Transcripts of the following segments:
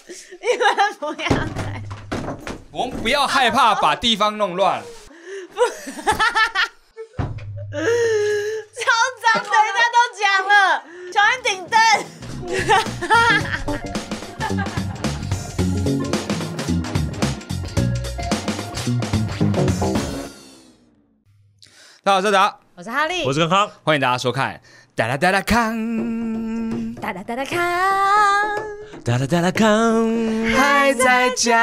你们不要再，我们不要害怕把地方弄乱。超脏的，人家都讲了，乔安顶灯。大家好，我是达，我是哈利，我是康康，欢迎大家收看《哒啦哒啦康》，哒哒哒哒看，哒啦哒啦康，还在讲。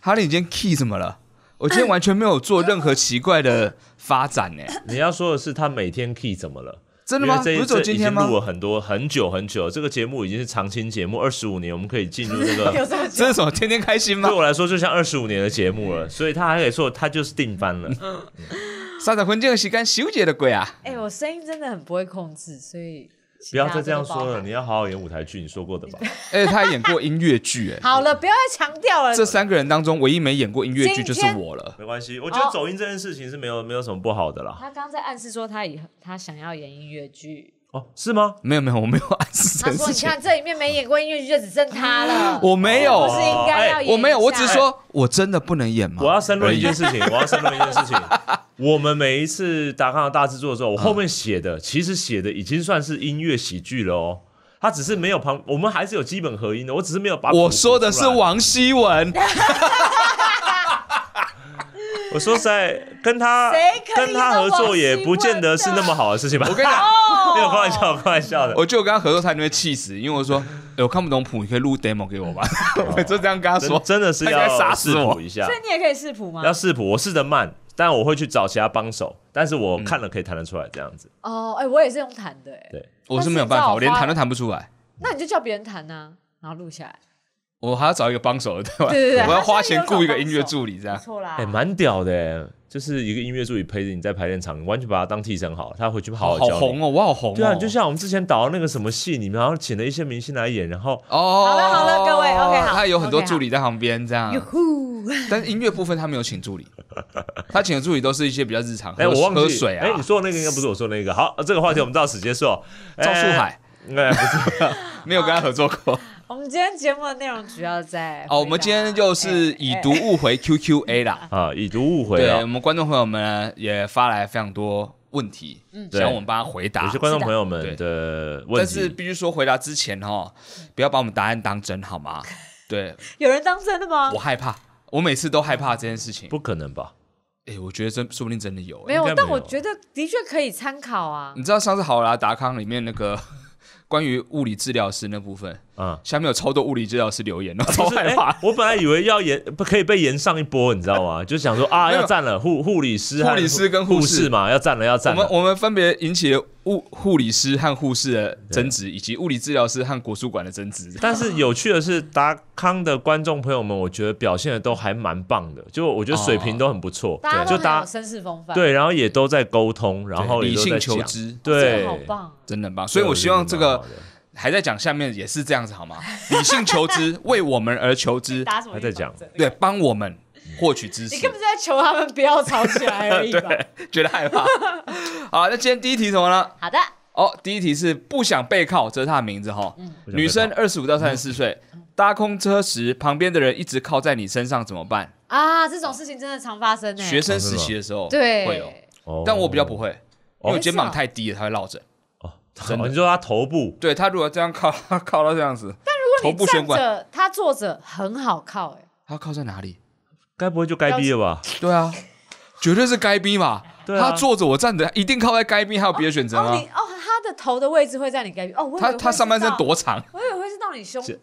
哈利，你今天 key 怎么了？我今天完全没有做任何奇怪的发展呢、你要说的是他每天 key 怎么了？真的吗？因为不这是只有今天这已吗经录？了很多很久很久，这个节目已经是常青节目，二十五年，我们可以进入这有个。这么久这是什么？天天开心吗对？我来说，就像二十五年的节目了，所以他还可以说他就是定番了。三十分钟的时间，休息的鬼啊！哎、我声音真的很不会控制，所以不要再这样说了，你要好好演舞台剧，你说过的吧？而且哎他还演过音乐剧，哎，好了，不要再强调了。这三个人当中唯一没演过音乐剧就是今天我了。没关系，我觉得走音这件事情是没有没有什么不好的啦。他刚在暗示说他以后他想要演音乐剧，哦，是吗？没有没有，我没有暗示他这件说事你情，看这里面没演过音乐剧就只剩他嗯了，我没不有啊是，应该要演一哎下、我没有，我只是说我真的不能演吗？哎我要申论一件事，事情，我要申论一件事情。我们每一次达康的大制作的时候，我后面写的、其实写的已经算是音乐喜剧了哦。他只是没有旁，我们还是有基本合音的，我只是没有把。我说的是，王希文， 我说实在跟他谁可以跟他合作也不见得是那么好的事情吧。我跟你讲，哦没有开玩笑，开玩笑的。我就跟他合作，他就会气死，因为我说，哎，我看不懂谱，你可以录 demo 给我 吧，我就这样跟他说哦真，真的是他应该要杀死试谱我。一下所，以你也可以视谱吗？要试谱。我试的慢，但我会去找其他帮手，但是嗯我看了可以弹得出来这样子。哦，哎、我也是用弹的、哎，对我是没有办但是法，你我连知道我花弹都弹不出来，那你就叫别人弹呐、然后录下来。我还要找一个帮手，对吧？ 对对 对我要他现花钱在有找雇一个帮手音乐助理这不样。错啦，哎、蛮屌的欸，就是一个音乐助理陪着你在排练场，你完全把他当替身好了，他回去好好好教你。红哦，我好红哦。对啊，你就像我们之前导的那个什么戏里面，然后请了一些明星来演，然后哦，好了好了各位，OK，好他有很多 OK，好助理在旁边这样哟，呼，但是音乐部分他没有请助理， 他请的助理都是一些比较日常，哎、喝我忘记喝水啊哎、，你说的那个应该不是我说的那个。好，这个话题我们到此结束。哦赵树海哎，哎、不是， 没有跟他合作过。我们今天节目的内容主要在哎哦，我们今天就是啊以毒误回 QQA 嗯啦。啊，已读误会对，我了。们观众朋友们呢也发来非常多问题，嗯想要我们帮他回有答些。观众是的朋友们的问但是题，必须说，回答之前哦，不要把我们答案当真好 吗？对有人当真的吗我？害怕，我每次都害怕这件事情。不可能吧？哎，我觉得真说不定真的有。嗯没哎有，应该没有但我觉得的确可以参考啊。你知道上次好啦达康里面那个 关于物理治疗师那部分， 啊、下面有超多物理治疗师留言，然后超不是害怕哎。我本来以为要延，不可以被延上一波，你知道吗？就想说啊，没有要站了，护护理师和、护理师跟护护士士嘛，要站了，要我站们了。我们分别引起了物护理师和护士的争执，以及物理治疗师和国术馆的争执。 但是有趣的是，达康的观众朋友们，我觉得表现的都还蛮棒的，就我觉得水平都很不哦错，大家就都很有大绅士风范，对，然后也都在沟通，然后对理也都性在求讲，知，这对，个好棒。啊真的很棒。对。所以我希望这我个觉得蛮好还在讲下面也是这样子好吗？ 理性求知，为我们而求 知，打什么还预防针？在讲对，帮我们获取知识你。根本就在求他们不要吵起来而已 吧。觉得害怕。好，那今天第一题什么呢？好的，哦，第一题是不想背靠，这是他的名字哈。嗯的女生二十五到三十四岁，搭公车时旁边的人一直靠在你身上怎么办？啊，这种事情真的常发生呢、学生实习的时候对，会有，哦但我比较不会，因为我肩膀是哦太低了，它会落枕。哦，真的你说他头部对他如果这样靠 靠到这样子，但如头果部你悬站管，着，他坐着很好靠、哎，他靠在哪里？该不会就该逼了 吧？对啊，绝对是该逼嘛。对啊他坐着我站着，一定靠在该逼，还有别的选择哦，吗你？哦，他的头的位置会在你该哦，我以为他会他是上半身到，多长？我以为会是到你胸膛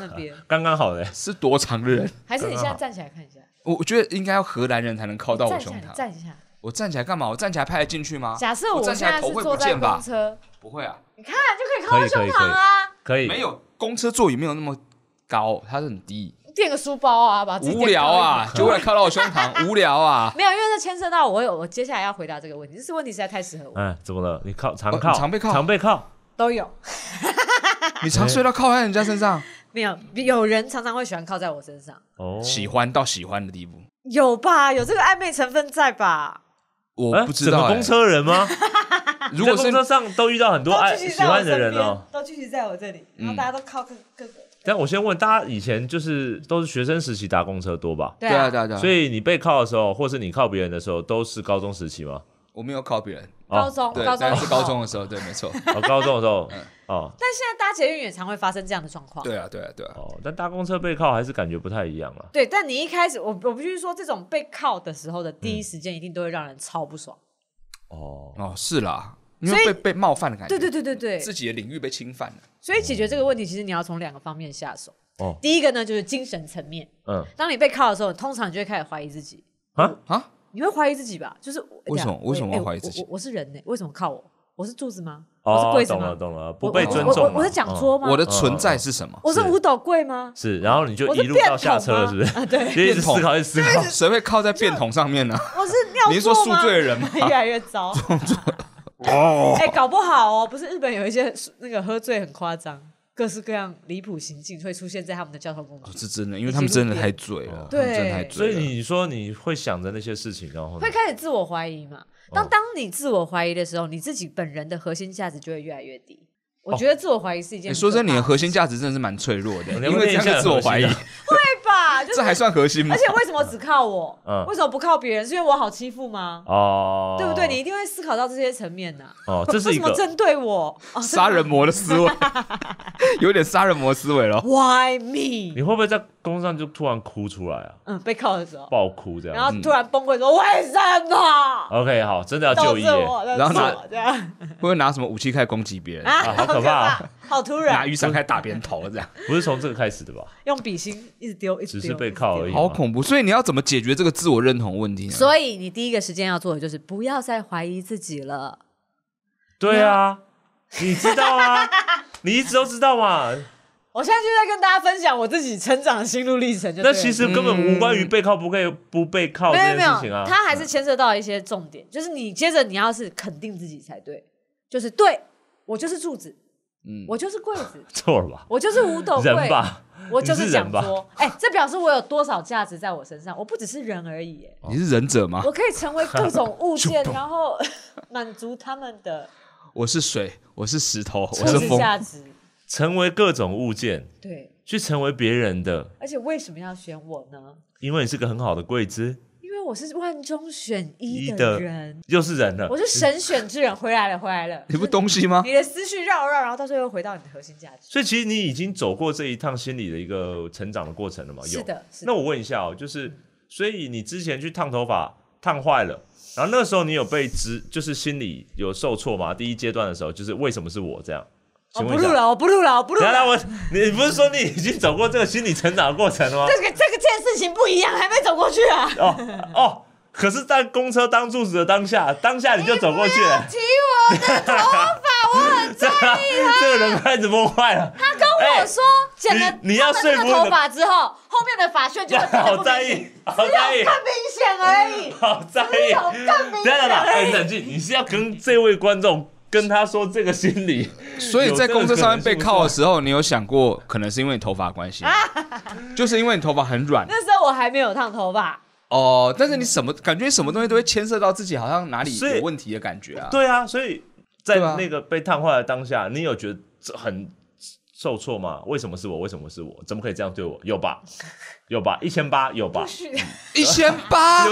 那 边，刚刚好嘞，是多长的人？还是你现在站起来看一下，我我觉得应该要荷兰人才能 靠到我站起胸来，你膛。站一下。我站起来干嘛？我站起来拍得进去吗？假设我站现起来在头是会坐不在见吧公？车，不会啊，你看就可以靠到可以胸可以膛啊，可以没有公车座椅没有那么高，它是很 低。垫个书包啊，把自己垫无聊高一啊，点就为了靠到我胸膛，无聊啊。没有，因为这牵涉到我有我接下来要回答这个问题，这问题实在太适合我，哎，怎么了？你靠常哦靠你常被靠常被靠，都有你常睡到靠在人家身上，没有？有人常常会喜欢靠在我身上，哦，喜欢到喜欢的地步，有吧？有这个暧昧成分在吧？我哎不知整道个欸。公车人吗？ 如果在是公车上都遇到很多都爱聚集喜在我欢的身人哦边，。都聚集在我这里，然后大家都靠各各个。但我先问大家，以前就是都是学生时期搭公车多吧？对对啊啊，对啊对啊，所以你被靠的时候，或是你靠别人的时候，都是高中时期吗？我没有靠别人，高哦，中对，高中但是以高后中的 时候，对，没错，哦高中的时候，哦但现在搭捷运也常会发生这样的状况。对啊对啊对啊，哦，但搭公车被靠还是感觉不太一样啊。对，但你一开始，我我必须说，这种被铐的时候的第一时间，一定都会让人超不爽。哦，哦是啦，因所以为被被冒犯的感觉，对对对对对，自己的领域被侵犯了，所以解决这个问题，其实你要从两个方面下手。哦第一个呢，就是精神层面。嗯当你被铐的时候，通常你就会开始怀疑自己，啊，啊，你会怀疑自己吧？就是我为什么等一下为什么哎要怀疑自己我我我是人呢、为什么铐我？我是柱子吗？我是哦柜，子懂了吗？懂了，不我被我尊我重我嘛我是讲嗯桌吗？我的存在是什么？我是是五斗柜吗？是，然后你就我是一路到下便车，桶是不是？ 对，就一直思考，一直思考。谁会靠在便桶上面呢？我是尿您说做吗哎宿醉人吗越来越 糟。 哦，哎、搞不好哦，不是日本有一些那个喝醉很夸张，各式各样离谱行径会出现在他们的交通工具，是真的，因为他们真的太醉了，他对们真的太醉所了。以你说你会想着那些事情，然后呢会开始自我怀疑嘛。哦当当你自我怀疑的时候，你自己本人的核心价值就会越来越低。我觉得自我怀疑是一哦你件很哎说真的，你可的怕的核心价值真的是蛮脆弱的，你要因不要为这样练一下就自我怀疑核心，对吧？就是这还算核心吗 而？且为什么只靠我？嗯为什么不靠别人？是因为我好欺负吗？哦，对不对？你一定会思考到这些层面呐、哦， 这是为一什么个针对我、哦、杀人魔的思 维，有点杀人魔思维咯。 ？Why me？你会不会在公车上就突然哭出来啊？嗯，被铐的时候，爆哭这然样后突然崩溃说：“为什么 OK，好，真的要都就是医耶，我的然后拿错？”这样会不会拿什么武器开始攻击别人？啊，好可怕怕，好突拿然，雨伞开始打别人头，这样不是从这个开始的吧？用笔芯一直丢，一直只丢，是被铐而已。已。好恐怖。所以你要怎么解决这个自我认同问题呢？所以你第一个时间要做的就是不要再怀疑自己了。对啊，你知道 啊，你一直都知道嘛。我现在就在跟大家分享我自己成长的心路历程就对那了。其实根本无关于被靠不被不被靠这没件有没事情有，啊。嗯它还是牵涉到一些重点，就是你接着你要是肯定自己才对，就是对我就是柱子，嗯我就是柜子， 错了吧？我就是五斗柜，人吧， 我就你是讲人吧桌。 哎、这表示我有多少价值在我身上，我不只是人而已、 哎、你是忍者吗我？可以成为各种物件，然后 满足他们的我是水，我是石头，我物是质风。价值。成为各种物件，对，去成为别人的，而且为什么要选我呢？因为你是个很好的贵子，因为我是万中选一一的的人，又是人了我。是神选之人，回来了，回来了。你不东西吗？你的思绪绕绕，然后到最后又回到你的核心价值。所以其实你已经走过这一趟心理的一个成长的过程了嘛？有是。的，是的那。我问一下哦，就是所以你之前去烫头发烫坏了，然后那个时候你有被知，就是心里有受挫吗？第一阶段的时候，就是为什么是我这样？我请哦不问一录下。了，我哦不录了，我不录来来，了。我你不是说你已经走过这个心理成长的过程了吗 这？个这个件事情不一样，还没走过去 啊！哦哦，可是，在公车当柱子的当下，当下你就走过去了。提我的头发，我 很这个人开始崩坏了。哎哎他跟我说，剪了你你要烫了这说服个我头发之后，后面的发旋就会变得 好不在明意显，，好在只意好在意有，更明显而已， 只有。更明等等显等，而哎，已。冷静，你是要跟这位观众跟他说这个心理？所以在公车上面被铐的时候，你有想过可能是因为你头发的关系吗，就是因为你头发很软那时候我还没有烫头发，哦，但是你什么感觉什么东西都会牵涉到自己好像哪里所以有问题的感觉啊？对啊，所以在对啊那个被烫坏的当下，你有觉得这很受挫吗？为什么是我？为什么是我？怎么可以这样对我？有吧？有吧？一千八有吧不？许一千八，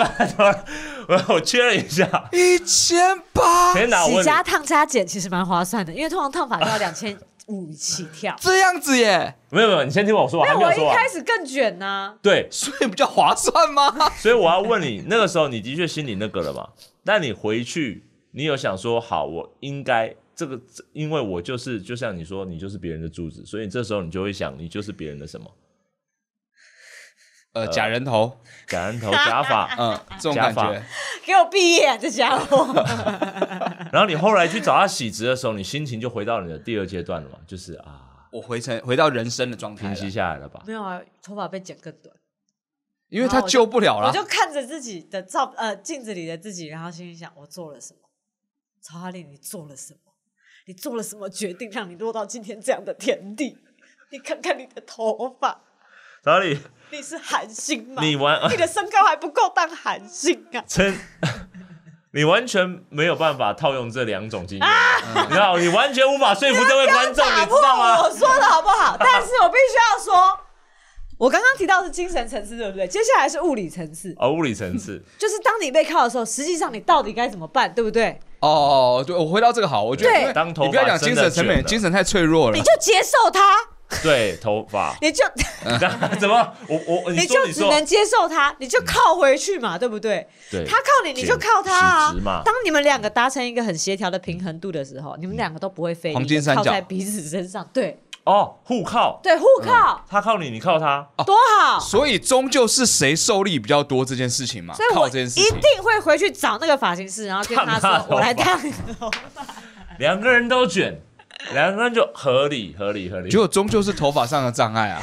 我我确认一下。一千八，。天哪！我洗问你加烫加剪其实蛮划算的，因为通常烫发都要两千五起跳这样子耶，没有没有，你先听我说 完，还但没有我说一完。开始更卷呢、对，所以比较划算吗？所以我要问你，那个时候你的确心 里那个了嘛？但你回去，你有想说，好，我应该这个，这因为我就是，就像你说，你就是别人的柱子，所以这时候你就会想，你就是别人的什么？呃，假人头，假人头、假 发，嗯，这种感假觉发， 给我毕业、这家伙！然后你后来去找他洗直的时候，你心情就回到你的第二阶段了嘛？就是啊，我回成回到人生的状态平息了，下来了吧？ 没有啊，头发被剪更短。因为他救不了我啊了就。看着自己的照，呃，镜子里的自己，然后心里想：我做了什么？曹哈利，你做了什么？你做了什么决定，让你落到今天这样的田地？你看看你的头发，然后你你是韩星吗？你玩你的身高还不够当韩星啊！真，你完全没有办法套用这两种经验，啊你知道，你完全无法说服这位观众，你 打知破道吗我？说的好不好？但是我必须要说，我刚刚提到的是精神层次，对不对？接下来是物理层次，哦，物理层次，就是当你被靠的时候，实际上你到底该怎么办，对不对？哦，对，我回到这个好，我觉得对因为当头发你不要讲精神层真的卷面，了精神太脆弱了你。就接受它，，对，头发你就 怎么？我我你你说就你只说，嗯能接受它，你就靠回去嘛，对不对？对，他靠你，你就靠他啊简直嘛。嗯当你们两个达成一个很协调的平衡度的时候，你们两个都不会飞，黄金三角靠在彼此身上，对哦，互靠，对，互靠，他靠你，你靠他，多好。哦所以终究是谁受力比较多这件事情嘛所，以靠我这件事一情。定会回去找那个发型师，然后跟他烫他的说：“我来头烫发你的头发。两个人都卷，两个人就合理合理合理结。果终究是头发上的障 碍啊，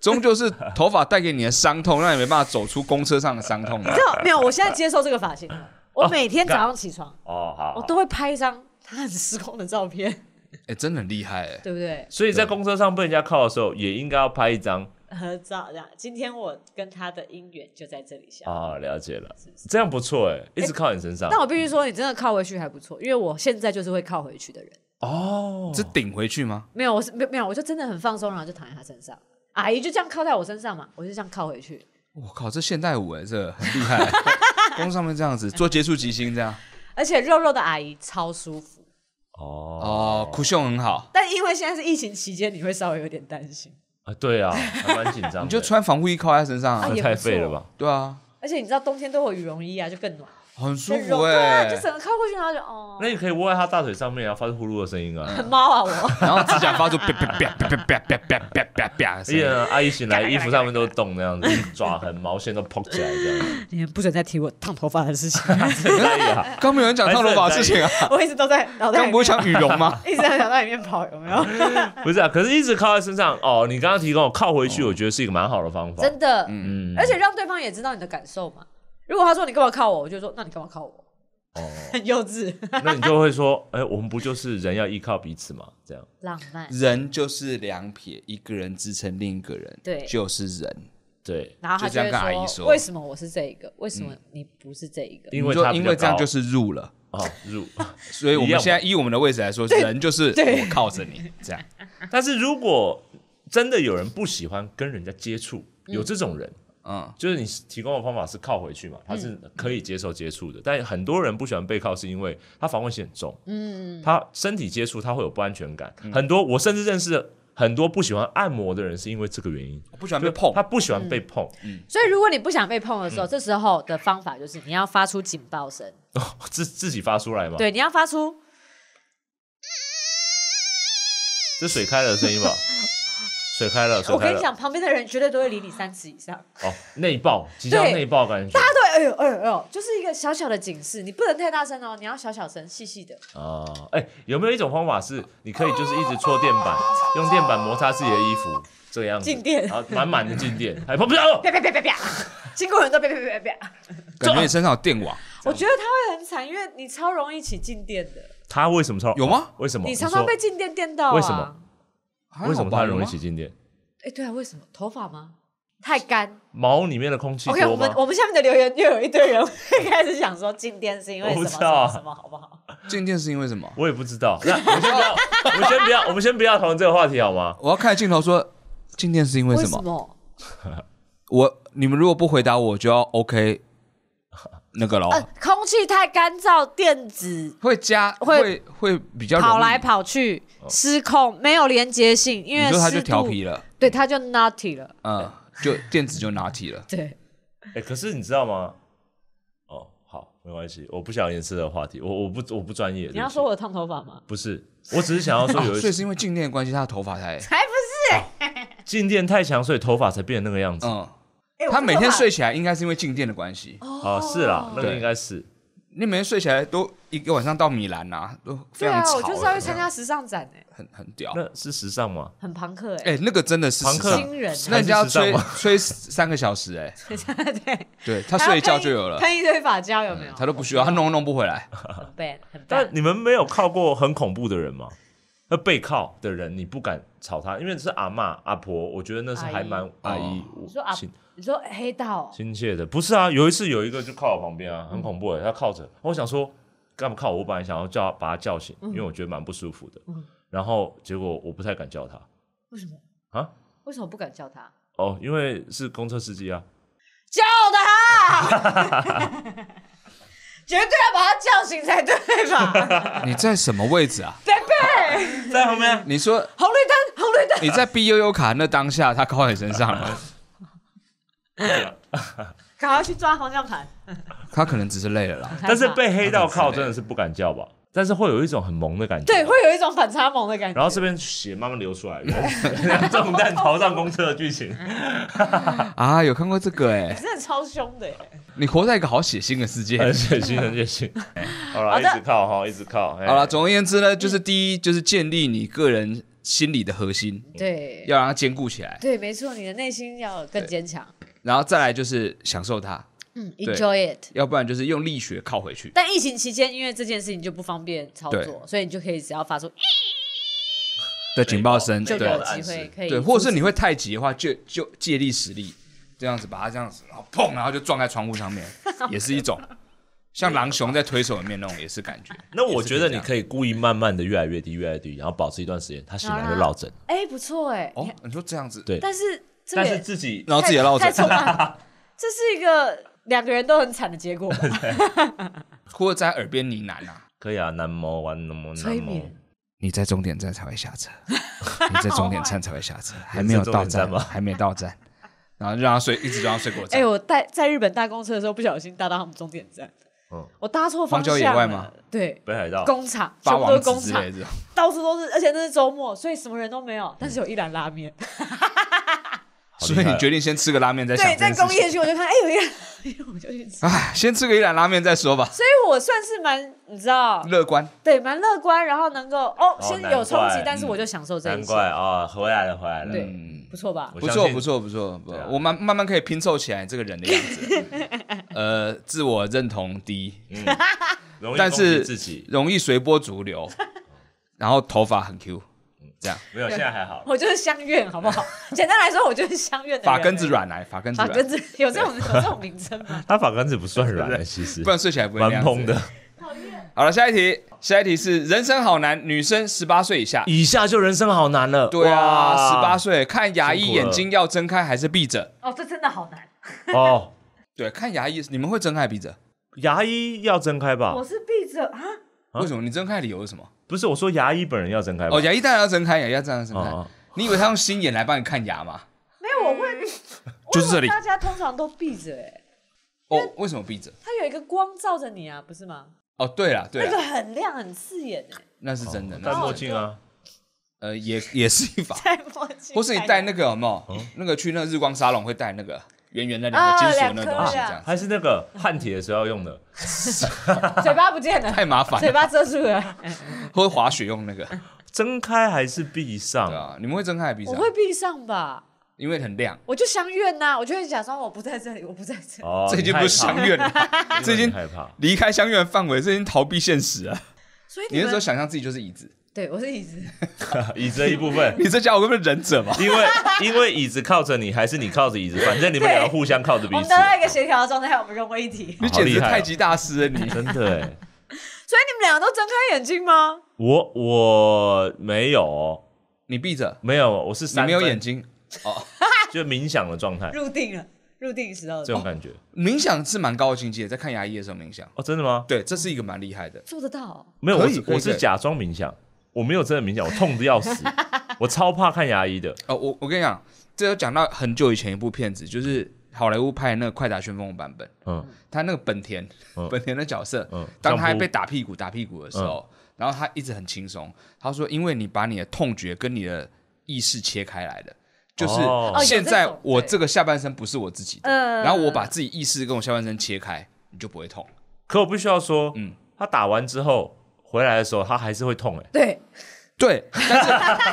终究是头发带给你的伤痛，让你没办法走出公车上的伤痛啊。 没有”没有，我现在接受这个发 型了。我每天早上起床，哦，好我好都会拍一张他很失控的照片，哎，真的很厉害哎。对不对？所以在公车上被人家靠的时候，也应该要拍一张合照这样。今天我跟他的姻缘就在这里下。啊，了解了，这样不错哎，一直靠你身上但我必须说，你真的靠回去还不错，因为我现在就是会靠回去的人。哦，是顶回去吗？没有，我是没没有，我就真的很放松，然后就躺在他身上。阿姨就这样靠在我身上嘛，我就这样靠回去。我靠，这现代舞哎，这很厉 害。公车上面这样子做接触即兴这样，而且肉肉的阿姨超舒服，哦哦，酷胸很好，但因为现在是疫情期间，你会稍微有点担心啊，对啊，还蛮紧 张的，你就穿防护衣靠在身上啊啊也。太不错废了吧？对啊，而且你知道冬天都会有羽绒衣啊，就更暖，很舒就服对啊，哎就。整个靠过去，然后就哦，那你可以窝在他大腿上 面，然后发出呼噜的声音啊。很猫啊我。 然后指甲发出啪啪啪啪啪啪啪啪啪啪而且哎呢，阿姨醒来，衣服上面都洞那样子，抓痕、毛线都poka起来这样子。你们不准再提我烫头发的事情， 哎呀，刚没有人讲烫头发的事情啊，我一直都在脑袋刚里不会面，讲羽绒吗？一直在脑袋里面跑，有没有？ 不是啊，可是一直靠在身上哦。你刚刚提供我靠回去，我觉得是一个蛮好的方法。真的，嗯，而且让对方也知道你的感受嘛。如果他说你干嘛靠我，我就说那你干嘛靠我？ 很幼稚，那你就会说， 哎，我们不就是人要依靠彼此嘛？这样浪漫。 人就是两撇，一个人支撑另一个人，对就是人。对，然后他就这样会跟阿姨说：“说嗯为什么我是这一个？为什么你不是这一个？”因你为就他比较因为这样高就是入了，哦 入。所以我一们样嘛现在依我们的位置来说，人就是对我靠着 你这样。但是如果真的有人不喜欢跟人家接触，有这种人，嗯，就是你提供的方法是靠回去嘛，他是可以接受接触的，但很多人不喜欢背靠，是因为他防卫心很重，嗯，他身体接触他会有不安全感，很多我甚至认识的很多不喜欢按摩的人是因为这个原因，我不喜欢被碰就他不喜欢被碰，所以如果你不想被碰的时候，这时候的方法就是你要发出警报声， 自自己发出来嘛，对，你要发出这水开了的声 音吧，水开了，水我开跟了你，讲，旁边的人绝对都会离你三尺以上，哦，内爆，即将对内爆感觉大家都会哎呦哎呦哎呦，就是一个小小的警示，你不能太大声哦，你要小小声、细细的。啊，哎、有没有一种方法是你可以就是一直戳电 板，用电板摩擦自己的衣服？这个样子，静电然后满满的静电，还碰不 着，啪啪啪啪啪，经过人都啪啪啪啪啪。感觉你身上有电网，我觉得他会很惨，因为你超容易起静电的，他为什么超有吗为什么？你常常说被静电电到、啊。为什么？啊还好为什么吧他容易起？静电？哎，对啊，为什么？头发吗？太干。毛里面的空气 OK，多我吗们我们下面的留言又有一堆人会开始想说静电是因为什我么不什知道么啊什么，好不好？有静电是因为什么？我也不知道。那我们先不要，我们先不要，我们先不要讨论这个话题好吗？我要看着镜头说，静电是因为什么？么？我你们如果不回答我，我就要 OK 那个喽，呃，空气太干燥，电子会加会会会比较容易跑来，跑去，失控，没有连接性，因你为说他湿就度调皮，了，对，它就 naughty 了，嗯，就电子就拿体了。对，哎、可是你知道吗？哦，好，没关系，我不想延伸这个话题，我我不我不专业。你对要不起说我烫头发吗？不是，我只是想要说有哦一所以是因为静电的关系，他的头发才 才不是，静电太强，所以头发才变那个样子。嗯，哎我他每天头发哦睡起来应该是因为静电的关系。啊，是啦，那个对应该是。你每天睡起来都一个晚上到米兰啊，都非对常啊，吵我的，就是要去参加时尚展哎，很很屌。那是时尚吗？很朋克哎，哎，那个真的是朋时克尚，新人啊那人家要还是时尚吹吗 吹三个小时哎，哎， 对，对他睡一觉就有还要了， 嗯喷一喷一堆发胶有没有？他都不需要，他弄都弄不回来。很 bad，很但 bad，你们没有靠过很恐怖的人吗？那背靠的人你不敢吵他，因为是阿嬷阿婆，我觉得那是还蛮阿阿姨姨哦你说阿亲你说黑道亲切的。不是啊，有一次有一个就靠我旁边嗯啊，很恐怖的，他靠着，我想说干嘛靠我？我本来想要叫把他叫嗯醒，因为我觉得蛮不舒服的。然后结果我不太敢叫他为什么？啊，为什么不敢叫他？哦，因为是公车司机啊，叫他，绝对要把他叫醒才对 吧？你在什么位置 啊？贝贝，在旁边。你说红绿灯，红绿灯。你在 B U U 卡那当下，他靠在你身上了，赶快去抓方向盘。他可能只是累了啦。 但是被黑道靠真的是不敢叫吧？但是会有一种很萌的感觉。对，会有一种反差萌的感觉。然后这边血慢慢流 出来，重担逃上公车的剧情。嗯啊，有看过这个哎、你真的超凶的耶！你活在一个好血腥的世界。很血腥，很血 腥。好好了，一的直靠哈，一直靠。好了，哎总而言之呢，就是第一就是建立你个人心理的核心，对，要让它坚固起来，对，没错，你的内心要更坚强。然后再来就是享受它，嗯对，enjoy it。要不然就是用力学靠回去。但疫情期间，因为这件事情就不方便操作，所以你就可以只要发出的警报声，就对内爆有的机暗会示可以阻对，止，或者是你会太极的话，就就借力使力，这样子把它这样子，然后砰，然后就撞在窗户上 面，也是一种。像狼熊在推手里面那种也是感觉。那我觉得你以可以故意慢慢的越来越低，越来越低，然后保持一段时间，他醒来就落枕。哎，不错哎。你哦看，你说这样子，对，但是这但个是也自己然后自己也落太枕，充满了，这是一个两个人都很惨的结果吧。或者在耳边呢喃啊，可以啊，南摩玩南摩南催摩眠，你在终点站才会下车，你在终点站才会下 车，还没有到人生终点站吗还没到站，然后就让他睡，一直让他睡过站。哎，我在在日本搭公车的时候，不小心搭到他们终点站嗯，我搭错荒方郊向野外了吗？对，北海道。工厂，全发部都王是工子之厂类，的这种，到处都是，而且那是周末，所以什么人都没有，嗯但是有一兰拉面。哎好厉所害以你决定先吃个拉面再想对，这件在事情。工业区我就看，哎，有一兰拉面，我就去吃。哎，先吃个一碗拉面再说吧。所以我算是蛮，你知道，乐观，对，蛮乐观，然后能够哦，哦先难有冲击怪，但是我就享受这一难切，怪啊，回来了，回来了。对嗯，不错吧？我不相错，信不。错，不错，不对啊错。我慢慢慢可以拼凑起来这个人的样 子。呃，自我认同低，容易但攻是击自己容易随波逐 流，然后头发很 Q，这样没有，现在还好。我就是相怨，好 不好？简单来说，我就是相怨的人发根子，软来，发根子发根软，子有这种有这种名称吗？ 他发根子不算软的，其实不然睡起来不会那蛮样蓬子的。。好了，下一题，下一题是人生好难，女生十八岁以下。以下就人生好难了。对啊，哇十八岁看牙辛医，苦了眼睛要睁开还是闭着？哦，这真的好难。哦，对，看牙医，你们会睁开还闭着？牙医要睁开吧我？是闭着啊，啊为什么？你睁开的理由是什么？不是，我说牙医本人要睁开吧哦，？牙医当然要睁开，牙医当然要睁哦哦开。你以为他用心眼来帮你看牙吗？没有，我会就是这我以为里大家通常都闭着哎，哦，为什么闭着？它有一个光照着你啊，不是吗？哦，对了，对那个了，很亮很刺眼哎，。那是真的。那戴是墨真的镜啊，呃，也也是一法 戴墨镜或是你戴那个有没有？嗯那个去那个日光沙龙会戴那个圆圆的两啊个金属那两个颗东西，这的样还是那个焊铁的时候要用的。嘴巴不见了， 太麻烦嘴 了。巴遮住 了。或者滑雪用那个，睁开还是闭上？对啊，你们会睁开还是闭我上？会闭上吧，因为很亮，我就相怨呐、我就会假装我不在这里，我不在这里。哦，这已经不是相怨了， 你害怕，这已经 你害怕。离开相怨范围，这已经逃避现实啊！所以 你那们时候想象自己就是椅子，，对我是椅子，椅子的一部 分你这家伙会不会忍者嘛？因为因为椅子靠着你，还是你靠着椅子，反正你们对两个互相靠着彼我们此达。到一个协调的状态，我们融为一体。 你简直太极大师了，你真的欸，所以你们两个都睁开眼睛吗？我我没有你闭着，没有，我是你三没有分眼，睛哦。就冥想的状态，入定了，入定时候这种感觉。冥想是蛮高的境界，在看牙医的时候冥想，哦，真的吗？对，这是一个蛮厉害的。做得到哦、没有，可我以是可以我是可以假装冥想，我没有真的冥想，我痛的要 死，我超怕看牙医的。哦，我我跟你讲，这有讲到很久以前一部片子，就是好莱坞拍的那个《快打旋风》的版本，嗯，他那个本田，嗯本田的角色，嗯当相他扑被打屁股打屁股的时候，然后他一直很轻松，他说：“因为你把你的痛觉跟你的意识切开来的。”就是哦哦有现在这种我对这个下半身不是我自己的，嗯然后我把自己意识跟我下半身切开，你就不会痛。可我必须要说，嗯他打完之后回来的时候，他还是会痛，哎，对，对，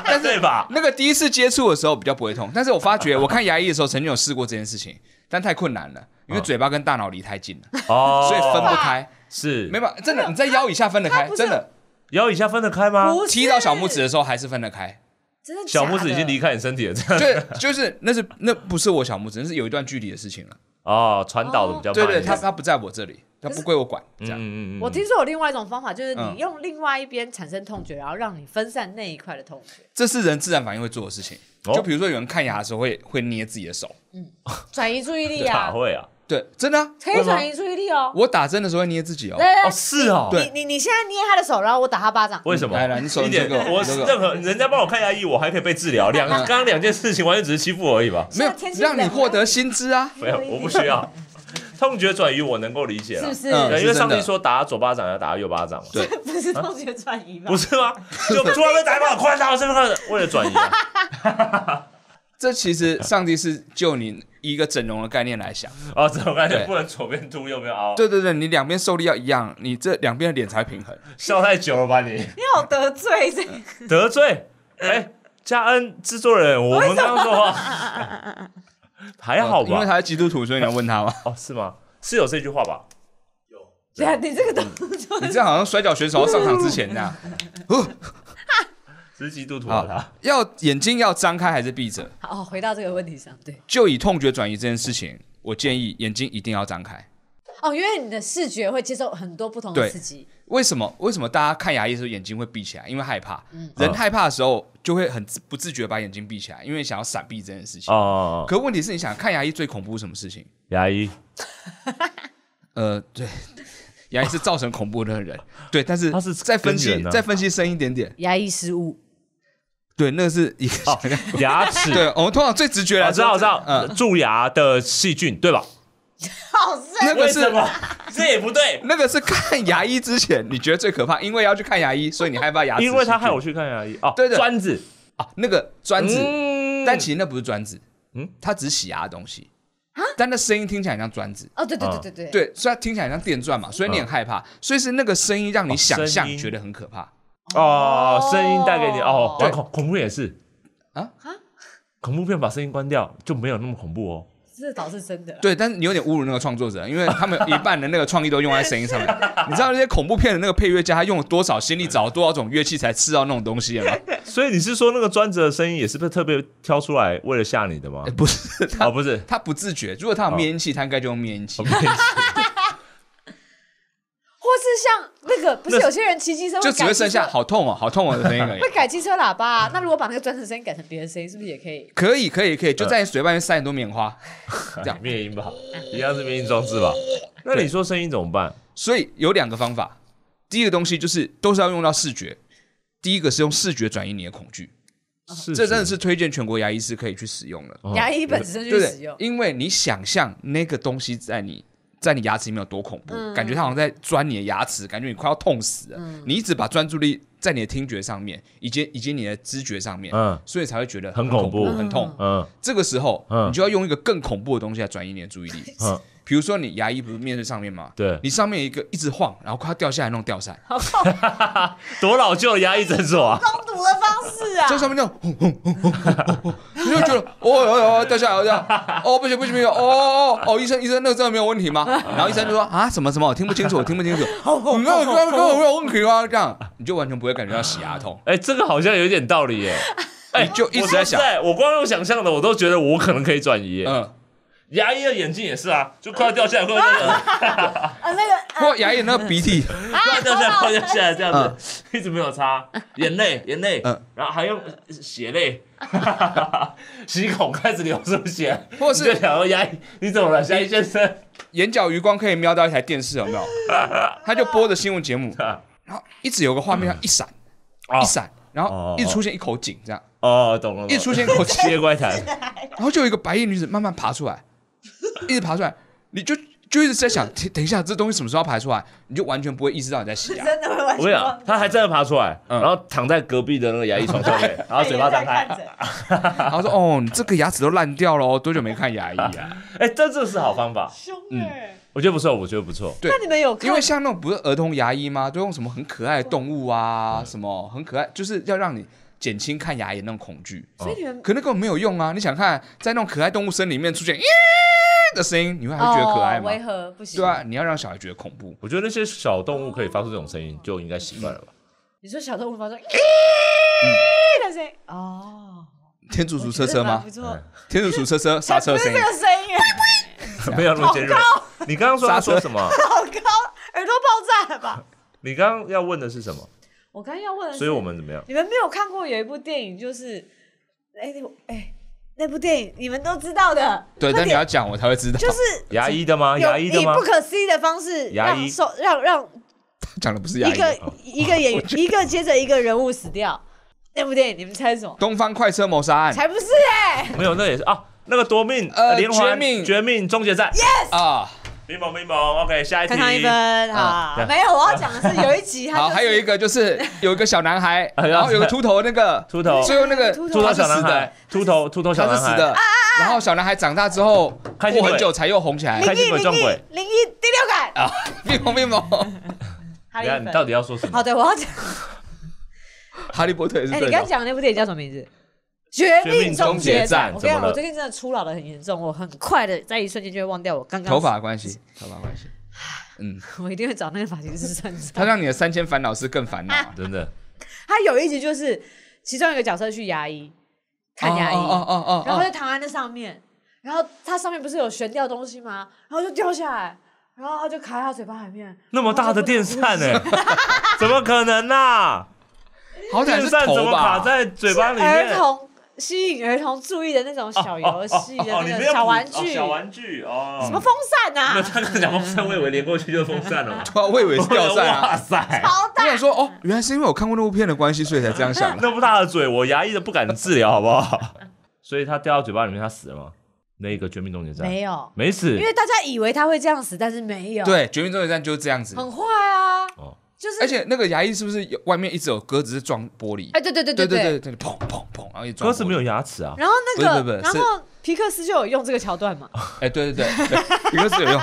但是对吧？那个第一次接触的时候比较不会痛，但是我发觉我看牙医的时候曾经有试过这件事情，但太困难了，因为嗯嘴巴跟大脑离太近了，哦，所以分不开。是没办法，真的你在腰以下分得他开，不是真的摇椅下分得开吗？不是啊啊踢到小拇指，的时候还是分得开，真的小拇指已经离开开你身体了，这 样对，就是那是那不是我小拇指，那是有一段距离的事情了。哦，传导的比较对慢一对，点。他他不在我这里，他不归我管，这嗯样。嗯嗯嗯，我听说有另外一种方法，就是嗯你用另外一边产生痛觉，然后让你分散那一块的痛觉，这是人自然反应会做的事情。哦就比如说有人看牙的时候会会捏自己的手，转移注意力哪啊，会啊？对，真的啊、可以转移注意力哦。我打针的时候会捏自己哦。来来哦，来，是哦，对你你你现在捏他的手，然后我打他巴掌，为什么？来来，你手一你这点，个，我你这任个何人家帮我看牙医，我还可以被治疗。 两刚刚两件事情完全只是欺负我而已吧？没现有在天气让你冷获得薪资啊。没有，我不需 要。痛觉转移我能够理解是了不，是？嗯对是因为真的上帝说打左巴掌要打右巴掌嘛，对 不是痛觉转移吧？不是 吗？就突然被打一巴掌，快打我身边，快打为了转移啊。这其实上帝是就你一个整容的概念来想，哦，这种感觉对不能左边凸右边哦凹，对对对，你两边受力要一样，你这两边的脸才平衡。笑太久了吧 你？你好得罪这嗯个，得罪？哎，嘉恩制作人，我们刚刚说话 还好哦因为吧？他是基督徒，所以你要问他吗？哦，是吗？是有这句话吧？对啊，你这个嗯 动作 你这样好像摔跤选手要上场之前那样。只是基督徒啊，他要眼睛要张开还是闭着？好，哦回到这个问题上，对就以痛觉转移这件事情，我建议眼睛一定要张开。哦，因为你的视觉会接受很多不同的对刺激，为什么？为什么大家看牙医的时候眼睛会闭起来？因为害怕。人嗯害怕的时候就会很自不自觉把眼睛闭起来，因为想要闪避这件事情。哦，可问题是你想看牙医最恐怖是什么事情？牙医 呃，对，牙医是造成恐怖的人，对。但是 他是再分根析源啊再分析深一点点，压抑失误，对，那是一个。牙齿，哦对，我们通常最直觉来我知说，道，我知道，嗯，蛀牙的细菌对吧？好深那个是为什么？ 这也不对，那个是看牙医之前你觉得最可怕，因为要去看牙医，所以你害怕牙齿细菌。因为他害我去看牙医哦，对对专子，啊，那个砖子，嗯但其实那不是砖子，嗯嗯，它只是洗牙的东西，但那声音听起来很像砖子，哦，对对啊对对对，嗯对，所以它听起来很像电钻嘛，所以你很害怕，所以是那个声音让你想象嗯哦声音觉得很可怕哦，声音带给你哦，对玩恐恐怖片也是啊，恐怖片把声音关掉就没有那么恐怖哦。这倒是真的。对，但是你有点侮辱那个创作者，因为他们一半的那个创意都用在声音上面。你知道那些恐怖片的那个配乐家，他用了多少心力，找了多少种乐器才吃到那种东西了吗？所以你是说那个专子的声音也是被特别挑出来为了吓你 的吗哎？不是，他 哦，不是，哦他不自觉，如果他有灭音器，他应该就用灭音器我。跟你讲或是像那个，不是有些人骑机车会就只会改剩机车下好嗯痛哦，好痛哦的声音而已会。改机车喇叭啊、那如果把那个转成声音改成别的声音，是不是也可以？ 可以，可以，可以，就在你嘴巴里面塞很多棉花，这样灭音吧，嗯一样是灭音装置吧？那你说声音怎么办？所以有两个方法，第一个东西就是都是要用到视觉，第一个是用视觉转移你的恐惧，是嗯这真的是推荐全国牙医师可以去使用的，哦牙医本身对就不使用对？，因为你想象那个东西在你在你牙齿里面有多恐怖，感觉它好像在钻你的牙齿，感觉你快要痛死了，你一直把专注力在你的听觉上面，以及以及你的知觉上面，嗯所以才会觉得很恐恐怖很痛。嗯这个时候，嗯你就要用一个更恐怖的东西来转移你的注意力。嗯，比如说你牙医不是面对上面吗？对你上面有一个一直晃，然后快要掉下来那种吊扇，多老旧的牙医诊所啊！攻读的方式啊在上面那种轰轰轰轰轰轰轰， 你就觉得哦哦哦掉下来了，掉下来哦不行不行不行，哦哦哦哦医生医生那个真的没有问题 吗？然后医生就说啊什么什么我听不清楚我听不清哦楚，没有没有没有没有问题啊，这样你就完全不会感觉到洗牙痛，哎，这个好像有点道理 耶。哎，你就一直在想我说实我光用想象的，我都觉得我可能可以转移耶。嗯，牙医的眼镜也是啊，就快要掉下来，快要掉下 来，啊，那个不过牙龈那个鼻涕，快要掉下来，快要掉下来，这样子一直没有擦，眼泪，眼泪嗯，然后还用血泪， 鼻孔开始流出血，或是你就想说牙医你怎么了，牙医先生？眼角余光可以瞄到一台电视有没有？他就播着新闻节目，然后一直有个画面上一闪一闪，然后一直出现一口井这样，哦，懂了，懂了一直出现一口井。 接怪谈，然后就有一个白衣女子慢慢爬出来，一直爬出来，你就就一直在想，等等一下这东西什么时候要爬出来，你就完全不会意识到你在洗 牙。真的会完我跟你讲，他还真的爬出来，嗯然后躺在隔壁的那个牙医床上 面，然后嘴巴张哎开，然后说：“哦，你这个牙齿都烂掉了哦，多久没看牙医啊哎，这这是好方法，凶哎、我觉得不错，我觉得不错。那你们有？”看？因为像那种不是儿童牙医吗？都用什么很可爱的动物啊，什么很可爱，就是要让你减轻看牙龈那种恐惧。所以你们可那根本没有用啊！你想看，在那种可爱动物森林里面 出现耶的声音，你会还会觉得可爱吗？哦啊违和不行， 对啊，你要让小孩觉得恐怖。我觉得那些小动物可以发出这种声音，就应该习惯了吧？你说小动物发出，咦，那声音哦，天竺鼠车车蛮吗不？错，天竺鼠车车刹车的声音 这，个声音嗯 没有那么尖锐。你刚刚说他刹车说 什么？好高，耳朵爆炸了吧？你刚刚要问的是什么？我刚刚要问的所以是，我们怎么样？你们没有看过有一部电影，就是哎那部哎那部电影你们都知道的，对，但你要讲我才会知道。就是牙医的吗？牙有医以的吗不？可思议的方式牙让医受让让讲的不是牙一医，个哦一个演员一个接着一个人物死掉。那部电影你们猜什么？东方快车谋杀案才不是哎、没有，那也是啊。那个夺命呃连环绝命绝命终结战，啊，冰雹冰雹，OK，下一题看。上一分啊对，没有，我要讲的是有一集他、就好，是还有一个就是有一个小男 孩，哎呀然后有个秃头那个，秃头最后那个秃秃头他是小死男的孩，，秃头秃头小他是男死啊孩的，，然后小男孩长大之后开过心鬼很久才又红起来开灵心异鬼灵撞异鬼灵异第六感，啊，冰蒙冰 蒙，等哈一利下一你分到底要说什么好，？对，我要讲，哈利波特也是哎、对你刚的刚。讲的那部电影叫什么名字？绝命终结战！绝命终结战我怎跟你么讲，了我最近真的初老的很严重，我很快的在一瞬间就会忘掉我刚刚头，发的关系，头发的关系， 我一定会找那个发型师算算。他让你的三千烦恼是更烦恼啊。真的，他有一集就是其中有一个角色去牙医看牙医，哦哦哦然后就躺在那上面，然后它上面不是有悬吊东西吗？然后就掉下来，然后它就卡在他嘴巴里面。那么大的电扇呢？ 怎么可 能呐？哦好歹电是扇怎头么吧？卡在嘴巴里儿面？童吸引儿童注意的那种小游戏的哦，你那没个有小补玩哦具，小玩具哦。什么风扇没有啊，他刚讲风扇，我以为连过去就是风扇 了。对啊，我以为是吊扇哇啊。塞！哦好我想大。说，哦，原来是因为我看过那部片的关系，所以才这样想的。 那么大的嘴，我牙医的不敢治疗，好不 好？所以他掉到嘴巴里面，他死了吗？那个绝命终结战没有，没死因，为大家以为他会这样死，但是没有，，对，《绝命终结战》就是这样子。很坏啊，哦就是而且那个牙医是不是有外面一直有鸽子是撞玻璃？哎，对对对对对，对对，砰砰砰，然后一直撞鸽子没玻璃。有牙齿啊。然后那不个是，不然是后皮克斯就有用这个桥段嘛，哎，对对对 对，鸽子有用。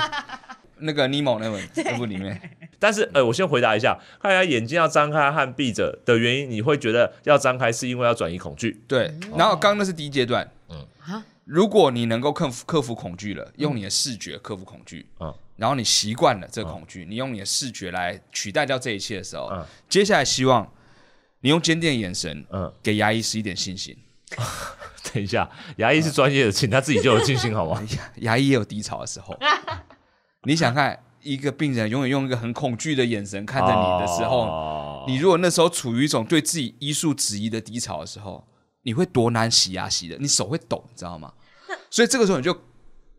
那个尼莫那本那部里面，但是，呃，我先回答一下，看牙眼睛要张开和闭着的原因，你会觉得要张开是因为要转移恐惧，对。然后刚刚那是第一阶段。嗯啊如果你能够克服克服恐惧了，用你的视觉克服恐惧，嗯然后你习惯了这个恐惧，你用你的视觉来取代掉这一切的时候，嗯接下来希望你用坚定的眼神，嗯，给牙医师一点信心。 等一下，牙医是专业的，请他自己就有信心 好吗？牙医也有低潮的时候。你想看一个病人永远用一个很恐惧的眼神看着啊你的时候，哦你如果那时候处于一种对自己医术质疑的低潮的时候，你会多难洗牙洗的，你手会抖，你知道吗？ 所以这个时候你就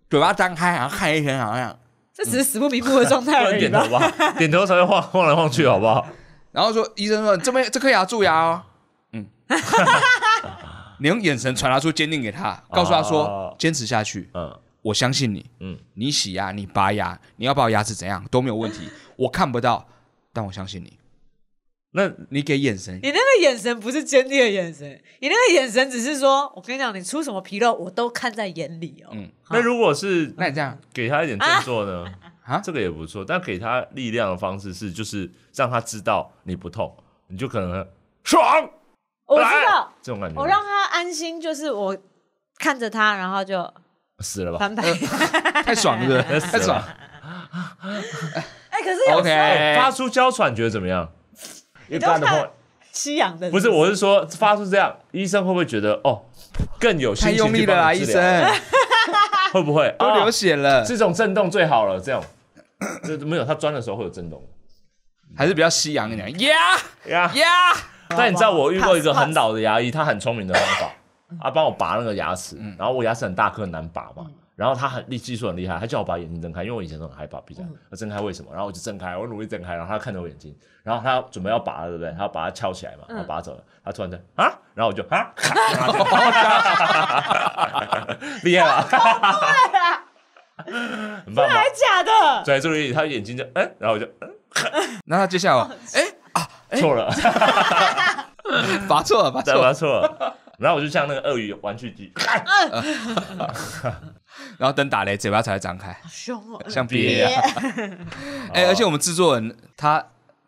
嘴巴张开，然后看一圈，好像，这只是死不瞑目的状态不而能已点头吧。吧，点头才会晃晃来晃去，好不好？然后说医生说这边这颗牙蛀牙哦，嗯， 你用眼神传达出坚定给他，告诉他说哦坚持下去，嗯，我相信你，嗯嗯，你洗牙，你拔牙，你要把我牙齿怎样都没有问题，我看不到，但我相信你，那你给眼神，你那个眼神不是坚定的眼神，你那个眼神只是说，我跟你讲，你出什么纰漏我都看在眼里哦。嗯那如果是那你这样给他一点振作呢？ 啊这个也不错，但给他力量的方式是，就是让他知道你不痛，你就可能爽，我知来道，这种感觉。我让他安心，就是我看着他，然后就死了吧，翻白。 太爽了，对不对？死 太了爽哎、可是有时候，OK，发出娇喘觉得怎么样？一都看般的话，吸氧的不是，我是说发出这样，医生会不会觉得哦更有心太情用力去了哦帮啦，你医治疗生会不会都啊流血了，这种震动最好了，这样。这没有，他钻的时候会有震动。还是比较西洋一点，呀呀呀，但你知道我遇过一个很老的牙医，他很聪明的方法，他帮我拔那个牙齿，然后我牙齿很大颗很难拔嘛，然后他很力技术很厉害，他叫我把眼睛睁开，因为我以前都很害怕闭着眼，我睁开为什么？然后我就睁开，我努力睁开，然后他看着我眼睛，然后他准备要拔了，对不对？他要把它翘起来嘛，然后拔走了，他突然间啊，然后我就啊，咔然后就厉害吧？很棒吧哎还？假的，所以注意，他眼睛就嗯，然后我就嗯那他接下来我，哎错了。拔错 了，拔错 对，了，没错。然后我就像那个鳄鱼玩具机，然后等打雷，嘴巴才会张开，好凶哦！像鳖一样。哎， 哦而且我们制作人他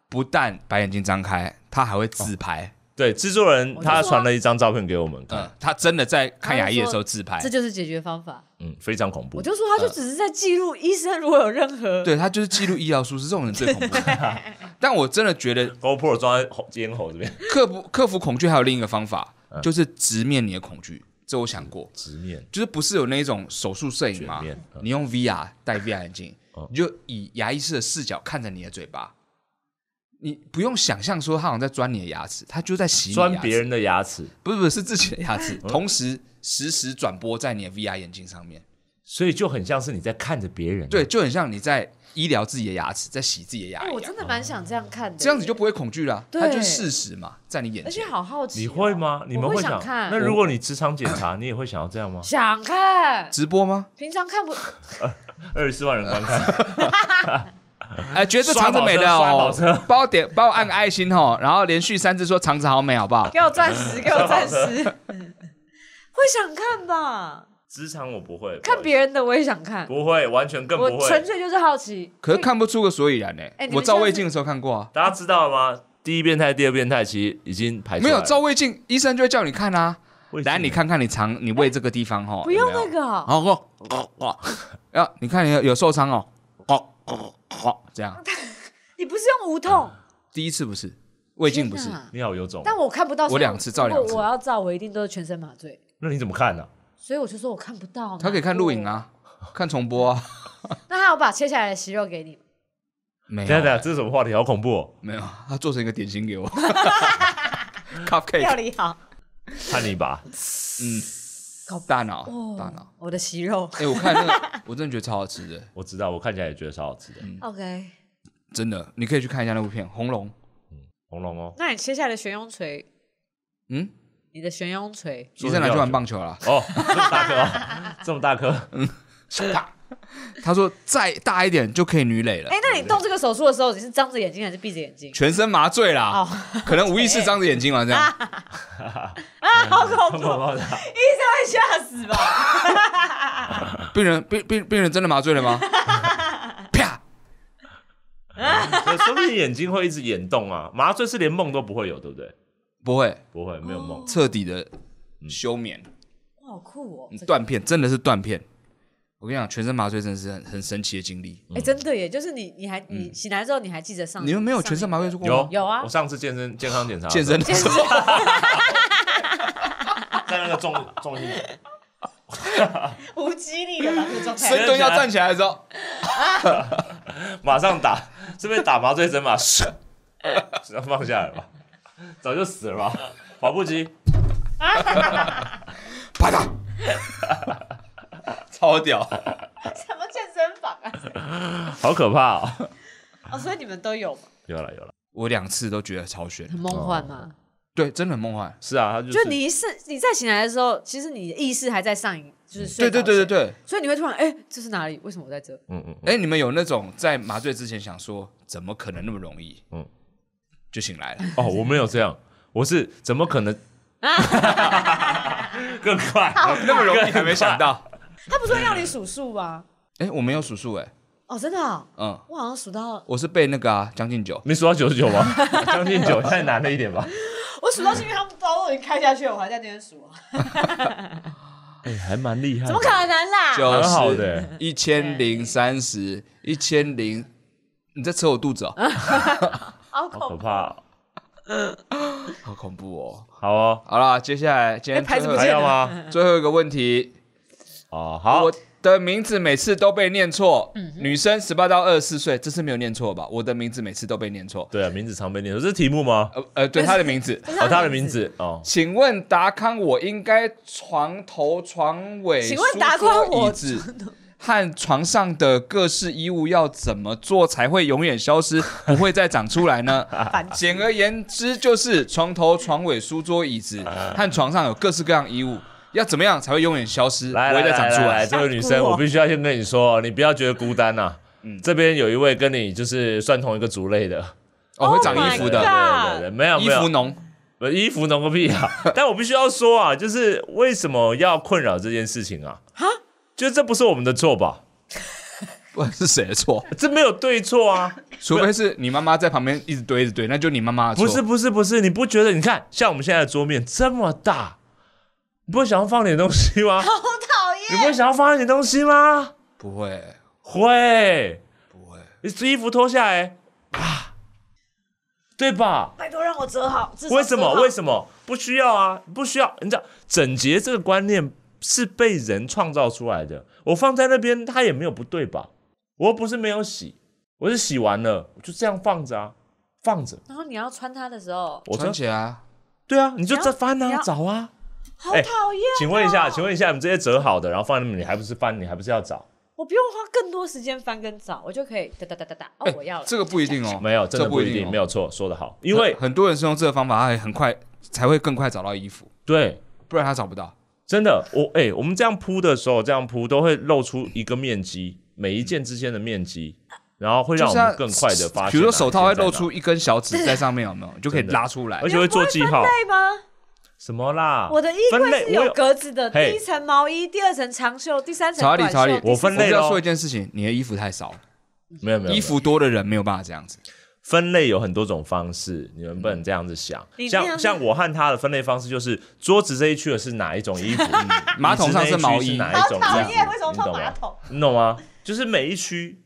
不但把眼睛张开，他还会自拍， 对，制作人我就他说传了一张照片给我们看嗯，，他真的在看牙医的哦他就说时候自拍这，就是解决方法。嗯，非常恐怖我。就说，他就只是在记录医生如果有任何对他就是记录医疗疏失，这种人最恐怖。 但我真的觉得 GoPro 装在喉咽喉这边，克服克服恐惧还有另一个方法，就是直面你的恐惧。这我想过，嗯直面就是不是有那一种手术摄影吗卷面嗯？你用 VR 戴 VR 眼镜嗯，你就以牙医师的视角看着你的嘴巴，你不用想象说他好像在钻你的牙齿，他就在洗你的钻牙别齿，人的嗯牙齿，不是不是是自己的牙齿，同时实时转播在你的 VR 眼镜上面，所以就很像是你在看着别人。对，，就很像你在医疗自己的牙齿，在洗自己的牙哎，一我样真。的蛮想这样看的耶。这样子就不会恐惧了，对它就是事实嘛，在你眼而且前。好好奇哦，你会吗？你们我会想？看？那如果你职场检查，你也会想要这样吗？ 想看，直播吗？平常看不 二十四万人观看，哎，觉得这肠子美的刷宝哦车刷宝，帮我点，帮我按个爱心哦，然后连续三次说肠子好美，好不 好？给我钻石，给我钻 石，会想看吧？职场我不会，看别人人的我也想看，不会，完全更不我纯会。粹就是好奇。可是看不出个所以然呢哎。你们我照胃镜的时候看过啊，大家知道吗？第一变态、第二变态其实已经排出没来了有照，胃镜，医生就会叫你看啊。为什么来，你，看看你肠，你胃这个地方哦，不用有没有那。个，好哦哦哦， 啊，你看你有有受伤哦，哦哦哦，这样。你不是用无痛？第一次不是，胃镜嗯不是天，哪你好有种。但我看不到，我两次照两次如果我要照，我一定都是全身麻醉，那你怎么看呢？啊所以我就说我看不到。他可以看录影难啊，看重播啊。过。那他有把切下来的息肉给你吗？没有等一下，等一下，这是什么话题？好恐怖哦！没有，他做成一个点心给 我 ，cupcake。料理好，看你吧，嗯搞，大脑，哦大脑。，我的息肉。哎、我看那个，我真的觉得超好吃的，我知道，我看起来也觉得超好吃的。嗯 OK，真的，你可以去看一下那部片《红龙》。红龙哦，那你切下来的悬雍垂，嗯，你的悬雍垂，医生拿去玩棒球 了。哦，这么大颗哦，这么大颗，啪他说再大一点就可以女垒了哎，，那你动这个手术的时候，你是张着眼睛还是闭着眼睛？全身麻醉哦啦，，可能无意识张着眼睛嘛，这样。 啊，好这恐怖！么 大。医生会吓死吧？病人病病病人真的麻醉了 吗？啪！可说不定眼睛会一直眼动啊。麻醉是连梦都不会有，对不对？不会，不会，没有嗯梦。彻底的休眠，嗯哇好酷哦！这个断片，真的是断片。我跟你讲，全身麻醉真的是很很神奇的经历。哎，真的耶，就是你，你还你醒来之后，你还记得嗯上嗯你们没有全身麻醉上做过有吗？有啊我上次健身健康检查的时健候，身的 时候，在那个重重心，一个无肌力的吧这个状深态？蹲要站起来的时候，马上打，这边打麻醉针嘛， 唰只要放下来吧，早就死了吧。跑步机啪 嗒， 超屌！什么健身房啊？好可怕哦！哦，所以你们都有吗？有了有了，我两次都觉得超炫，很梦幻吗？对，真的很梦幻。是啊，他就就是你一是你再醒来的时候，其实你的意识还在上瘾，就是睡对对对对对，对，所以你会突然哎，这是哪里？为什么我在这？嗯嗯，嗯哎，你们有那种在麻醉之前想说怎么可能那么容易，嗯嗯，就醒来了，哦，我没有这样，我是怎么可 能？更快，哦那么容易还没想到。他不是会让你数数吗？哎，我没有数数哎，哦，真的啊，嗯，我好像数到我是被那个啊将近九，没数到九十九 吗？将近九，太难了一点吧。 我数到是因为他们包都已经开下去了，我还在那边数啊，哎，还蛮厉害的，怎么可能啦？九蛮好十的一千零三十一千零，你在扯我肚子哦，嗯好好可恐怖！怕哦！好恐怖哦。好哦，好啦，接下来今天哎牌最子后不还见要了吗？最后一个问题，哦，好我，的名字每次都被念错，嗯女生十八到二十四岁，这次没有念错吧？我的名字每次都被念错，对啊，名字常被念错，这是题目吗？呃呃，对，她的名 字。哦，他的名字哦，请问达康，我应该床头、床尾、请问达康我书桌椅子和床上的各式衣物要怎么做才会永远消 失，不会再长出来呢？反简而言之，就是床头、床尾、书桌、椅子啊和床上有各式各样衣物，要怎么样才会永远消失，不来会来再来长出来来来，？这位女生，哦我必须要先跟你说，你不要觉得孤单呐。这边有一位跟你就是算同一个族类的，哦，会长衣服 Oh 对 my 的，对对，没有衣没服有，农。不衣服浓个屁 啊！但我必须要说啊，就是为什么要困扰这件事情啊？就这不是我们的错吧？不然是谁的 错？这没有对错啊，除非是你妈妈在旁边一直堆一直堆，那就你妈妈的错。不是不是不是，你不觉得？你看，像我们现在的桌面这么大，你不会想要放点东西吗？好讨厌。你不会想要放一点东西吗？不会，会，不会。你衣服脱下来啊，对吧？拜托让我折好。至少为什折么？好为什么不需要啊？不需要。你知道整洁这个观念是被人创造出来的。我放在那边，它也没有不对吧？我又不是没有洗，我是洗完了，我就这样放着啊，放着。然后你要穿它的时候，我穿说起来啊，对啊，你就你这要翻你啊，要找啊。好哎讨啊厌、请问一下，请问一下，你们这些折好的，然后放在那边，你还不是翻，你还不是要找？我不用花更多时间翻跟找，我就可以哒哒哒哒哒。哦，我要了。 这个不一定哦，没有，真这的不一一定，哦没有错，说的好，因为很很多人是用这个方法，他也很快才会更快找到衣服，对，不然他找不到。真的，我哎、我们这样铺的时候，这样铺都会露出一个面积，每一件之间的面积，然后会让就我是他们更快的发现。比如说手套会露，出一根小指在上面，有没 有？你就可以真的拉出来而。且会哎做记号。对吗？什么啦？我的衣分柜类是我有格子的，嘿第一层毛衣，第二层长袖，第三层曹理短，袖。曹理，第我四分类我要咯说一件事情，你的衣服太少了，没有没有没有衣服多的人没有办法这样子。分类有很多种方式，你们不能这样子想。你这样像子像我和他的分类方式就是，桌子这一区的是哪一种衣服，马桶上椅子是那一毛区衣是哪好一种讨衣厌，服为什么你放懂马吗？桶？你懂吗？就是每一区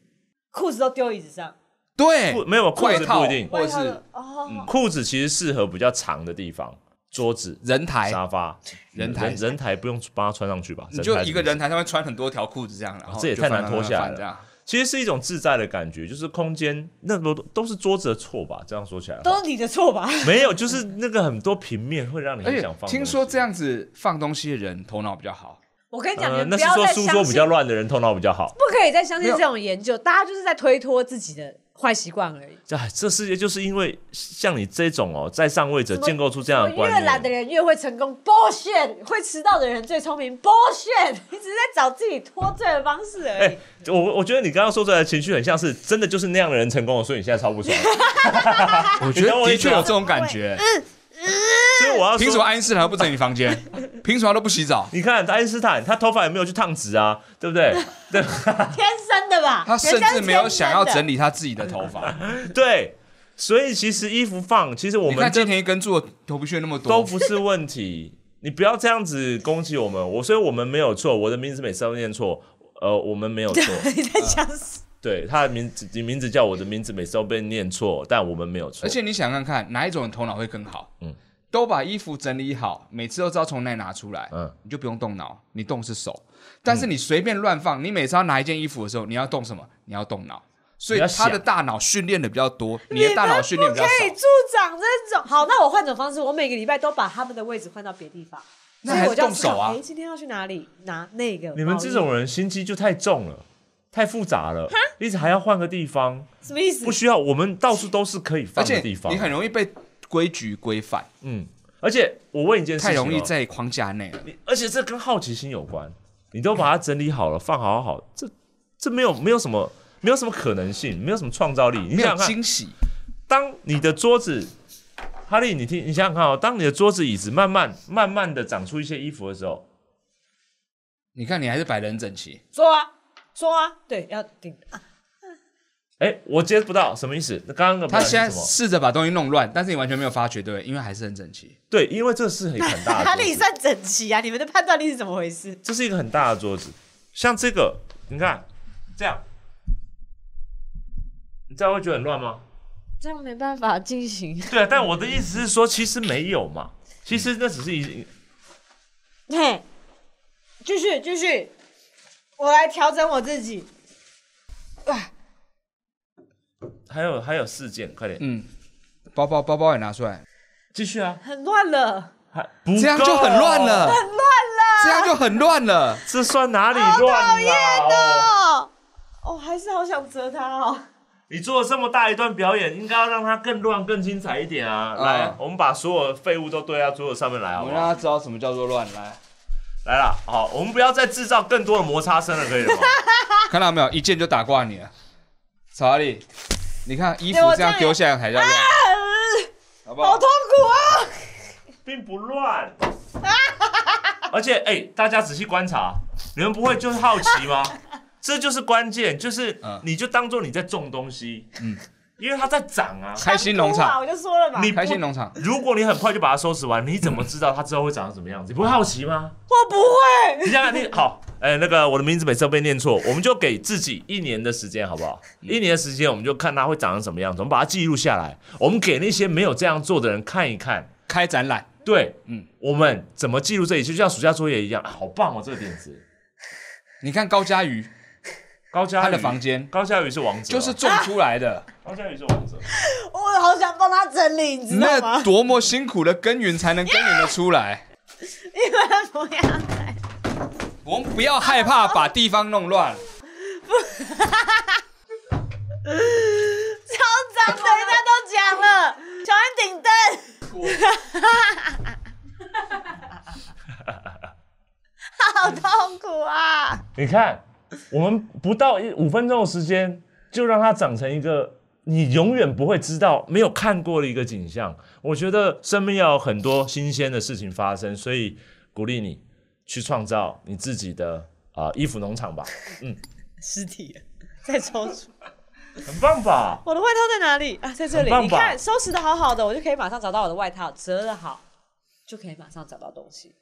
裤子都丢椅子上，对，不没有裤外子套不一定，或者外套是的哦，裤子其实适合比较长的地方，桌子、人台，沙发、人台人人台不用帮他穿上去吧？你就一个人台是台上不是。哦面穿很多条裤子这样，然后这也就太翻难翻脱下翻来了这样其实是一种自在的感觉，就是空间那么多都是桌子的错吧？这样说起来的话都是你的错吧？没有，就是那个很多平面会让你而很且想放东西。听说这样子放东西的人头脑比较好，我跟你讲，呃，你那们不是要说再书相桌比较信，乱的人头脑比较好。不可以再相信没有这种研究，大家就是在推脱自己的坏习惯而已。 哎，这世界就是因为像你这种哦，在上位者什么建构出这样的我观越懒的念。人越会成功，bullshit！会迟到的人最聪明，bullshit！你只 是在找自己脱罪的方式而已哎。，我我觉得你刚刚说出来的情绪很像是真的就是那样的人成功了，所以你现在超不爽。 我觉得的确的确有有这这种种感感觉 觉。所以我要凭什么说，爱因斯坦不整理房间？凭什么他都不洗澡？你看爱因斯坦，他头发也没有去烫直啊，对不 对？对天生的吧？他甚至没有想要整理。理他自己的头 发。对，所以其实衣服放，其实我你看们这今天一根柱头皮屑那么多，都不是问题。 你不要这样子攻击我们，我所以我们没有错，我的名字每次都念错，呃，我们没有错， 呃你在想什么？对，他的名字，你名字叫我的名字每次都被念错，但我们没有错，而且你想想看，哪一种人头脑会更好？嗯嗯，都把衣服整理好，每次都知道从哪里拿出来，嗯嗯，你就不用动脑，你动是手。但是你随便乱放，你每次要拿一件衣服的时候，你要动什么？你要动脑。所以你要他想的大脑训练的比较多，你的大脑训练比较可以少，助长这种。好，那我换种方式，我每个礼拜都把他们的位置换到别地方，那所还以是我就要动思考哎手啊诶今天要去哪里拿那个毛衣？你们这种人心机就太重了，太复杂了，一直还要换个地方，什么意思不？需要，我们到处都是可以而放且的地方你，很容易被规矩规范，嗯，而且我问一件事情、哦太容易，在框架内了。而且这跟好奇心有关，你都把它整理好了，放好好好，这这没有没有什么。没有什么可能性，没有什么创造力。你没有想想看，惊喜，当你的桌子，哈利，你听，你想想看哦，当你的桌子、椅子慢慢、慢慢的长出一些衣服的时候，你看你还是摆得很整齐，说啊，说啊，对，要顶。哎，我接不到，什么意思？那刚刚的他表达是现在什么试着把东西弄乱，但是你完全没有发觉，对不对？因为还是很整齐。对，因为这是很很大的桌子，哪里算整齐啊？你们的判断力是怎么回事？这是一个很大的桌子，像这个，你看这样，你这样会觉得很乱吗？这样没办法进行。 对啊，但我的意思是说，其实没有嘛，其实那只是一， 嘿，继续继续，我来调整我自己。还有还有四件，快点嗯，包包包包也拿出来，继续啊，很乱了。还不这样就够很乱了，很乱了，这样就很乱了。这算哪里乱讨厌哦！哦，我还是好想折它哦。你做了这么大一段表演，应该要让它更乱、更精彩一点啊！嗯来，我们把所有的废物都堆到桌子上面来，好我不让好？他知道什么叫做乱来，来啦，好，我们不要再制造更多的摩擦声了，可以了吗？ 看到没有？一箭就打挂你了，查理，你看衣服这样丢下来才叫乱，呃好不好啊好？痛苦啊！并 不乱。 而且，哎、大家仔细观察，你们不会就是好奇吗？这就是关键，就是嗯你就当做你在种东西，嗯，因为它在涨 啊。开心农哭啊场，我就说了嘛，你不开心哦农场，如果你很快就把它收拾完，你怎么知道它之后会长成什么样子？你不会好奇吗？我不会，你想 想，你好，哎、那个我的名字每次都被念错，我们就给自己一年的时间，好不好？嗯一年的时间，我们就看它会长成什么样子，我们把它记录下来，我们给那些没有这样做的人看一看。 开展览，对，嗯嗯，我们怎么记录这里，就像暑假作业一样，啊、好棒哦，这个点子。你看高佳瑜高佳宇他的房间高佳宇是王者，哦就是种出来的，高佳宇是王者。我好想帮他整理，你知道那吗？多么辛苦的耕耘才能耕耘的出来。 因为他不要，我们不要害怕把地方弄乱，超脏的，人家都 讲了，小安顶灯。好痛苦啊！你看，我们不到一五分钟的时间，就让它长成一个你永远不会知道、没有看过的一个景象。我觉得生命要有很多新鲜的事情发生，所以鼓励你去创造你自己的啊、衣服农场吧，尸 体再抽出，很棒吧？我的外套在哪里啊？在这很里，棒你吧看收拾的好好的，我就可以马上找到我的外套，折的好，就可以马上找到东西。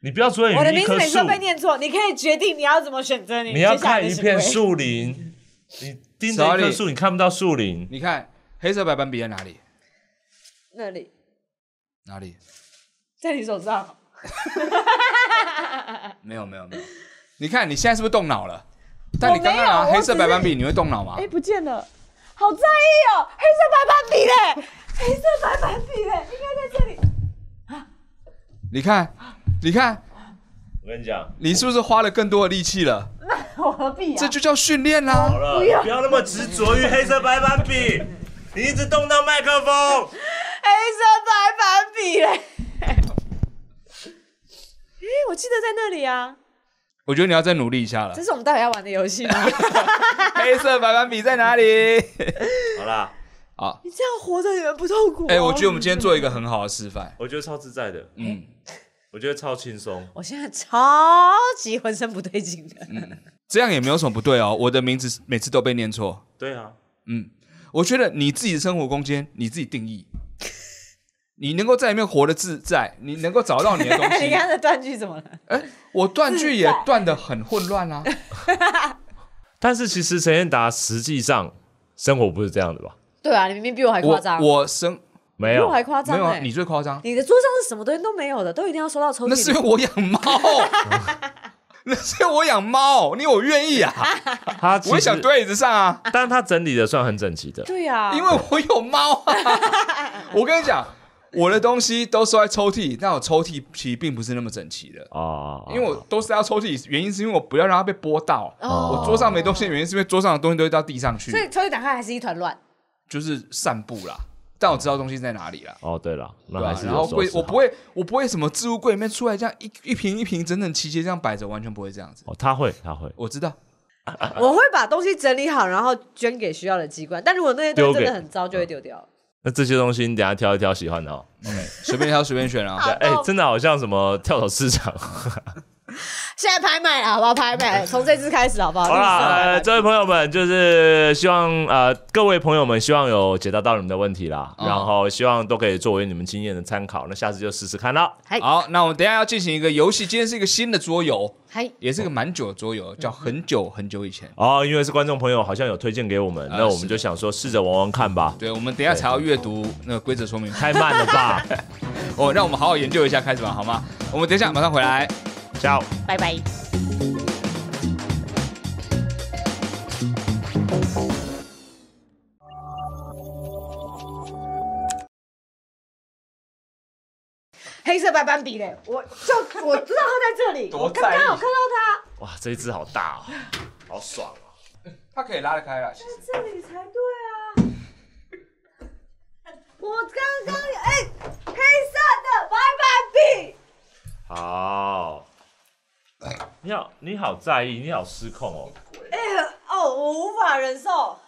你不要着 我的眼于一名字棵每次树都，被念错，你可以决定你要怎么选择你你要接下来看的一行片为。树 林，你盯着一棵 Sorry 树，你看不到树林。你看黑色白板笔在哪里？那里哪里？在你手上，没有没有没有。你看你现在是不是动脑了？但你刚刚我拿没有黑色白板笔，你会动脑吗哎、？不见了，好在意哦，黑色白板笔嘞，黑色白板笔嘞，应该在这里，你看，你看，我跟你讲，你是不是花了更多的力气了？我何必啊这？就叫训练好啦！了，不要那么执着于黑色白板 笔，你一直动到麦克风。黑色白板笔嘞。哎、 我记得在那里啊，我觉得你要再努力一下了这。是我们待会要玩的游戏吗？黑色白板笔在哪里？好啦，好， 你这样活着，你们不痛苦、哦？哎、我觉得我们今天做一个很好的示范。我觉得超自在的，嗯，我觉得超轻松。我现在超级浑身不对劲的。 这样也没有什么不对哦。我的名字每次都被念错。对啊，嗯，我觉得你自己的生活空间你自己定义，你能够在里面活得自在，你能够找到你的东哎 你西。看这断句怎么了？哎，我断句也断得很混乱啊。但是其实陈彦达实际上生活不是这样的吧？对啊，你明明比我还夸我张，我生没比有我，还夸张、没欸。有啊，你最夸张，你的桌上是什么东西都没有的，都一定要收到抽屉里。那是因为我养 猫，那是因为我养猫，你我愿意 啊，他其我也想实，堆椅子上啊。但他整理的算很整 齐的。对啊，因为我有猫啊。 我跟你讲，我的东西都收在抽屉，但我抽屉其实并不是那么整齐的，哦，因为我都塞到抽屉，原因是因为我不要让它被拨到。哦我桌上没东西，原因是因为桌上的东西都会到地上所以去，抽屉打开还是一团乱。就是散步啦。但我知道东西在哪里啦。哦，对了，那对还吧？是然有啊后收柜拾好我不会，我不会什么置物柜里面出来这样一一瓶一瓶整整齐齐这样摆着，完全不会这样子。哦，他会，他会，我知道，我会把东西整理好，然后捐给需要的机关。但如果那些东西真的很糟，就会丢嗯掉。那这些东西你等一下挑一挑喜欢的哦。 随便挑随便选啊。好哎那我，真的好像什么跳蚤市场。现在拍卖了，好不好？拍卖，从这次开始，好不好？好啊啦，呃这位朋友们，就是希望呃各位朋友们，希望有解答到你们的问题啦，嗯然后希望都可以作为你们经验的参考，那下次就试试看啦。嗨好，那我们等一下要进行一个游戏，今天是一个新的桌游，嗨，也是个蛮久的桌游，叫很久很久以前。哦，因为是观众朋友好像有推荐给我们，啊那我是们的就想说试着玩玩 看吧。对，我们等一下才要阅读那个规则说明。太慢了吧， 哦，让我们好好研究一下，开始吧，好吗？我们等一下马上回来。加油！拜拜。黑色白板笔嘞，我就我知道它在这里，多我刚在意刚有看到哇，这一只好大哦，好爽哦。它可以拉得开啊了，其实。它，这里才对啊。 我刚刚哎，黑色的白板笔，好，你好，你好在意，你好失控哦。哎哦，我无法忍受。哦